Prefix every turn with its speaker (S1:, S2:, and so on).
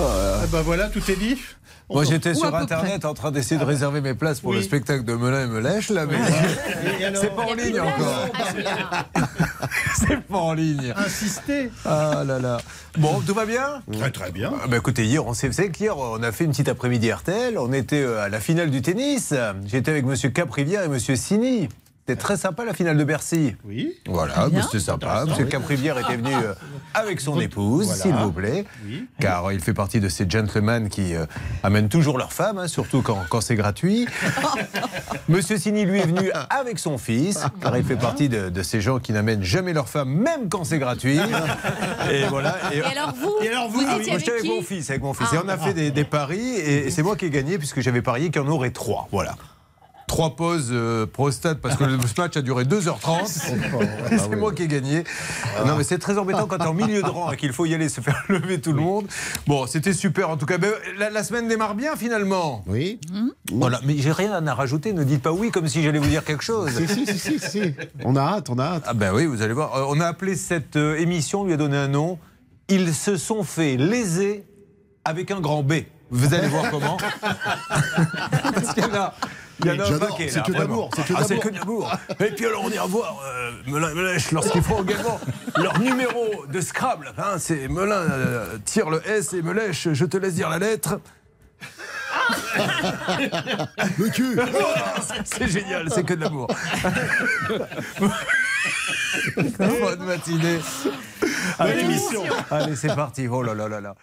S1: Ah bah
S2: ben voilà, tout est dit. On
S3: Moi,
S2: s'en-
S3: j'étais
S4: Ou à
S3: sur
S4: peu
S3: Internet en train d'essayer de réserver mes places pour
S2: Oui.
S3: le spectacle de Melin et Melèche, là, mais
S2: Et alors,
S3: c'est pas en
S4: Il y a plus
S3: ligne
S4: de
S3: encore.
S4: place.
S3: C'est pas en ligne.
S2: Insister.
S3: Ah là là. Bon, tout va bien
S2: Très très bien.
S3: Ah bah écoutez, hier, on s'est, vous savez qu'hier, on a fait une petite après-midi RTL. On était euh, à la finale du tennis. J'étais avec Monsieur Caprivière et Monsieur Sini. C'était très sympa la finale de Bercy.
S2: Oui.
S3: Voilà,
S4: bien.
S3: mais c'était sympa. Monsieur Caprivière était venu euh, avec son épouse,
S2: Voilà.
S3: s'il vous plaît.
S2: Oui.
S3: Car euh, il fait partie de ces gentlemen qui euh, amènent toujours leurs femmes, hein, surtout quand, quand c'est gratuit. Monsieur Sini, lui, est venu avec son fils, car il fait partie de, de ces gens qui n'amènent jamais leurs femmes, même quand c'est gratuit. Et voilà. Et-
S4: Et alors vous,
S2: Et alors vous,
S4: vous,
S2: ah oui,
S4: étiez
S3: moi, j'étais
S4: avec
S3: avec mon
S4: qui Ah.
S3: fils, avec mon fils. Et on a fait des, des paris, et, et c'est moi qui ai gagné, puisque j'avais parié qu'il y en aurait trois. Voilà. Trois pauses euh, prostate, parce que le ce match a duré 2h30. c'est Ah moi qui ai gagné. Non, mais c'est très embêtant quand t'es en milieu de rang et qu'il faut y aller se faire lever tout le monde. Bon, c'était super en tout cas. Mais euh, la, la semaine démarre bien finalement.
S1: Oui.
S3: Voilà, mais j'ai rien à rajouter. Ne dites pas oui comme si j'allais vous dire quelque chose.
S1: Si, si, si, si, si. On a hâte, on a hâte.
S3: Ah ben oui, vous allez voir. Euh, on a appelé cette euh, émission, on lui a donné un nom. Ils se sont fait léser avec un grand B. Vous allez voir comment. Parce qu'il y en a. Il y en a un
S1: J'adore,
S3: paquet,
S1: c'est
S3: là,
S1: que de
S3: vraiment.
S1: l'amour, c'est que de
S3: Ah, c'est que
S1: l'amour.
S3: de l'amour. Et puis alors, on ira voir euh, Melin et Melèche lorsqu'ils font également leur numéro de Scrabble. hein. c'est Melin euh, tire le S et Melèche, je te laisse dire la lettre.
S1: Le cul
S3: C'est génial, c'est que de l'amour. Bonne matinée. Allez,
S4: émission.
S3: Allez, c'est parti. Oh là là là là.